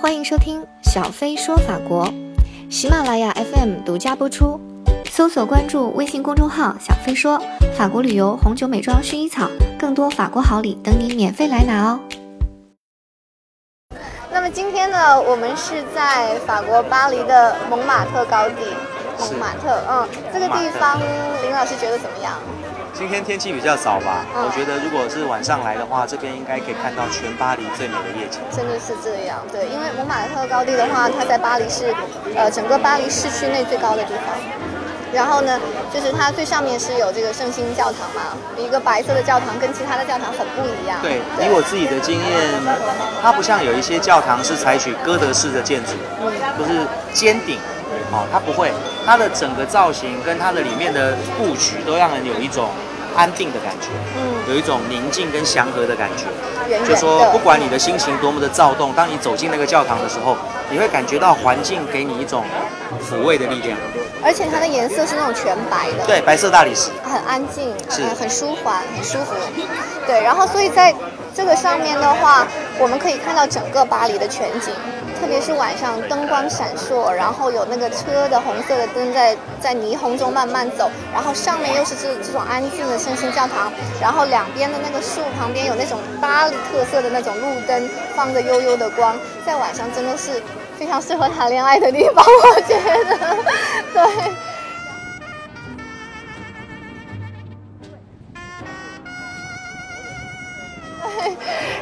欢迎收听小飞说法国，喜马拉雅 FM 独家播出。搜索关注微信公众号“小飞说法国旅游红酒美妆薰衣草”，更多法国好礼等你免费来拿哦。那么今天呢，我们是在法国巴黎的蒙马特高地，是蒙马特，嗯，这个地方林老师觉得怎么样？今天天气比较早吧，嗯我觉得如果是晚上来的话，这边应该可以看到全巴黎最美的夜景。真的是这样，对，因为蒙马特高地的话，它在巴黎是，呃，整个巴黎市区内最高的地方。然后呢，就是它最上面是有这个圣心教堂嘛，一个白色的教堂，跟其他的教堂很不一样。对，以我自己的经验，它不像有一些教堂是采取哥德式的建筑，就是尖顶，哦，它不会，它的整个造型跟它的里面的布局都让人有一种安定的感觉，嗯，有一种宁静跟祥和的感觉。远远就的，说不管你的心情多么的躁动，当你走进那个教堂的时候，你会感觉到环境给你一种抚慰的力量。而且它的颜色是那种全白的。对，白色大理石。很安静，是呃很舒缓，很舒服。对，然后所以在这个上面的话，我们可以看到整个巴黎的全景，特别是晚上灯光闪烁，然后有那个车的红色的灯在在霓虹中慢慢走，然后上面又是这这种安静的圣心教堂，然后两边的那个树旁边有那种巴黎特色的那种路灯，放着悠悠的光，在晚上真的是非常适合谈恋爱的地方，我觉得，对。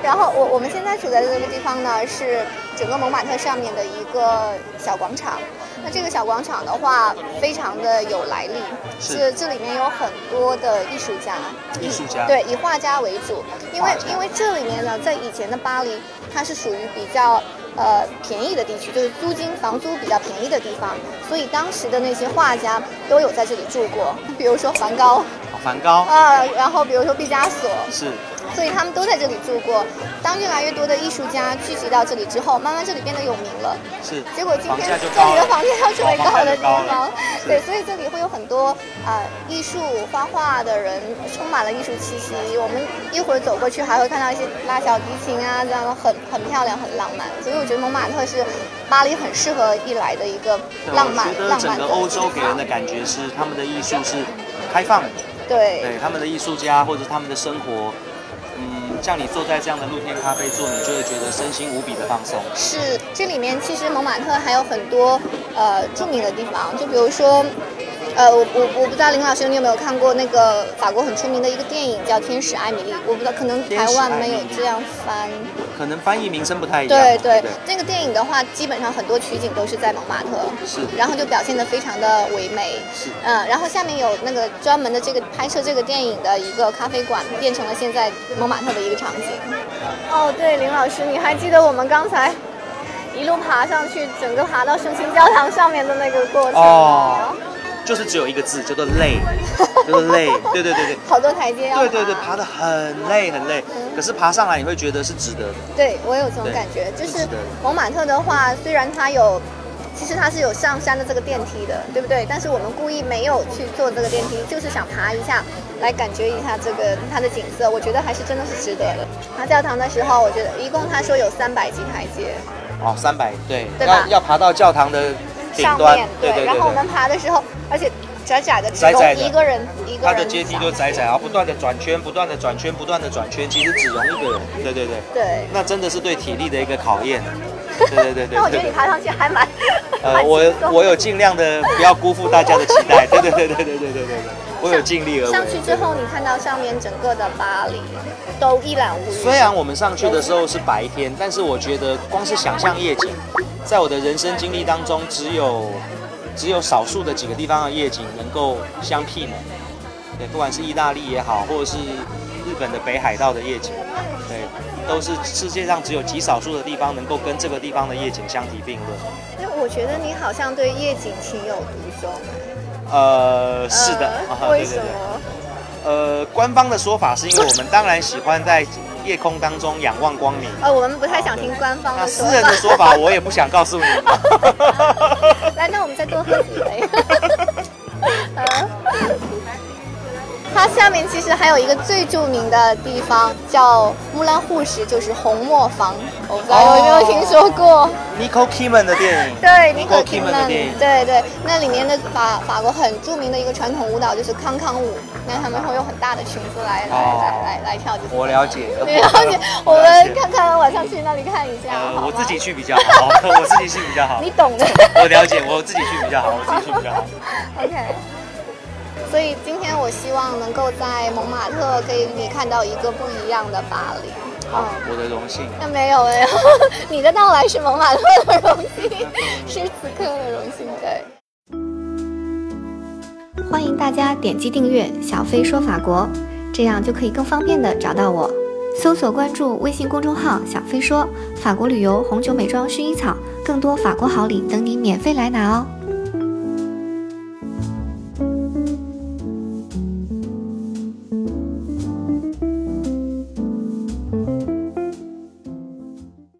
然后我我们现在处在的这个地方呢，是整个蒙马特上面的一个小广场。那这个小广场的话，非常的有来历，是这里面有很多的艺术家，艺术家对，以画家为主，因为画家因为这里面呢，在以前的巴黎，它是属于比较呃便宜的地区，就是租金房租比较便宜的地方，所以当时的那些画家都有在这里住过，比如说梵高梵高啊、然后比如说毕加索，是所以他们都在这里住过。当越来越多的艺术家聚集到这里之后，慢慢这里变得有名了。是，结果今房天价这就里的高了。房价是最高的地房价就高方了，是对，所以这里会有很多啊、呃艺术画画的人，充满了艺术气息。我们一会儿走过去还会看到一些拉小提琴啊，这样很很漂亮，很浪漫。所以我觉得蒙马特是巴黎很适合一来的一个对浪漫我觉得浪整漫个的欧洲地给人方的感觉是他们的艺术是开放的，对对他们的艺术家或者他们的生活，嗯，像你坐在这样的露天咖啡座，你就会觉得身心无比的放松。是这里面其实蒙马特还有很多呃著名的地方，就比如说，呃，我我我不知道林老师你有没有看过那个法国很出名的一个电影叫《天使艾米丽》，我不知道可能台湾没有这样翻。可能翻译名称不太一样。对对对，那个电影的话，基本上很多取景都是在蒙马特，是然后就表现得非常的唯美。是嗯，然后下面有那个专门的这个拍摄这个电影的一个咖啡馆，变成了现在蒙马特的一个场景。哦，对，林老师，你还记得我们刚才一路爬上去，整个爬到圣心教堂上面的那个过程吗？哦就是只有一个字，叫做 累，叫做累。对对对对。好多台阶要对对对，爬得很累很累，可是爬上来你会觉得是值得的。对，我有这种对感觉，就是是的蒙马特的话，虽然它有，其实它是有上山的这个电梯的，对不对？但是我们故意没有去坐这个电梯，就是想爬一下，来感觉一下这个它的景色，我觉得还是真的是值得的。爬教堂的时候，我觉得一共他说有三百级台阶，哦，三百对，对吧要要爬到教堂的顶上端面，对对对然后我对们。爬的时候，而且窄窄的，只窄够窄的一个人一个它的人阶梯上就窄窄，然后不断的转圈，不断的转圈，不断的转圈，其实只容一个人。对对对，对。那真的是对体力的一个考验。对对对那我对觉得对你 对。爬上去还蛮，呃，蛮我轻松我有尽量的不要辜负大家的期待。对对对对对对对对对，我有尽力而为。上去之后，你看到上面整个的巴黎都一览无余。虽然我们上去的时候是白天，但是我觉得光是想象夜景，在我的人生经历当中，只有只有少数的几个地方的夜景能够相媲美。对，不管是意大利也好，或者是日本的北海道的夜景，对，都是世界上只有极少数的地方能够跟这个地方的夜景相提并论。但我觉得你好像对夜景情有独钟。呃，是的，啊为对什对对。么？呃，官方的说法是因为我们当然喜欢在夜空当中仰望光明。呃，我们不太想听官方那的说私人的说法我也不想告诉你。法。呃来，那我们再多喝几杯。嗯，它是下面其实还有一个最著名的地方叫木兰护士，就是红磨坊，我不知道有没有听说过。 Nicole Kidman 的电影，对，尼 Nicole 可基 Kidman 曼的电影，对对，那里面的法法国很著名的一个传统舞蹈就是康康舞，那他们会有很大的裙子来来哦来来来跳，就是我了解，你了解，我们看看晚上去那里看一下，呃，好我吗自己去比较好， 我自己去比较好你，懂 的。我了解，我自己去比较好，我自己去比较好。 OK。所以今天我希望能够在蒙马特给你看到一个不一样的巴黎。嗯，我的荣幸，那没有没有， 你的到来是蒙马特的荣幸， 是此刻的荣幸，对。欢迎大家点击订阅“小飞说法国”，这样就可以更方便的找到我。搜索关注微信公众号“小飞说法国旅游红酒美妆薰衣草”，更多法国好礼等你免费来拿哦。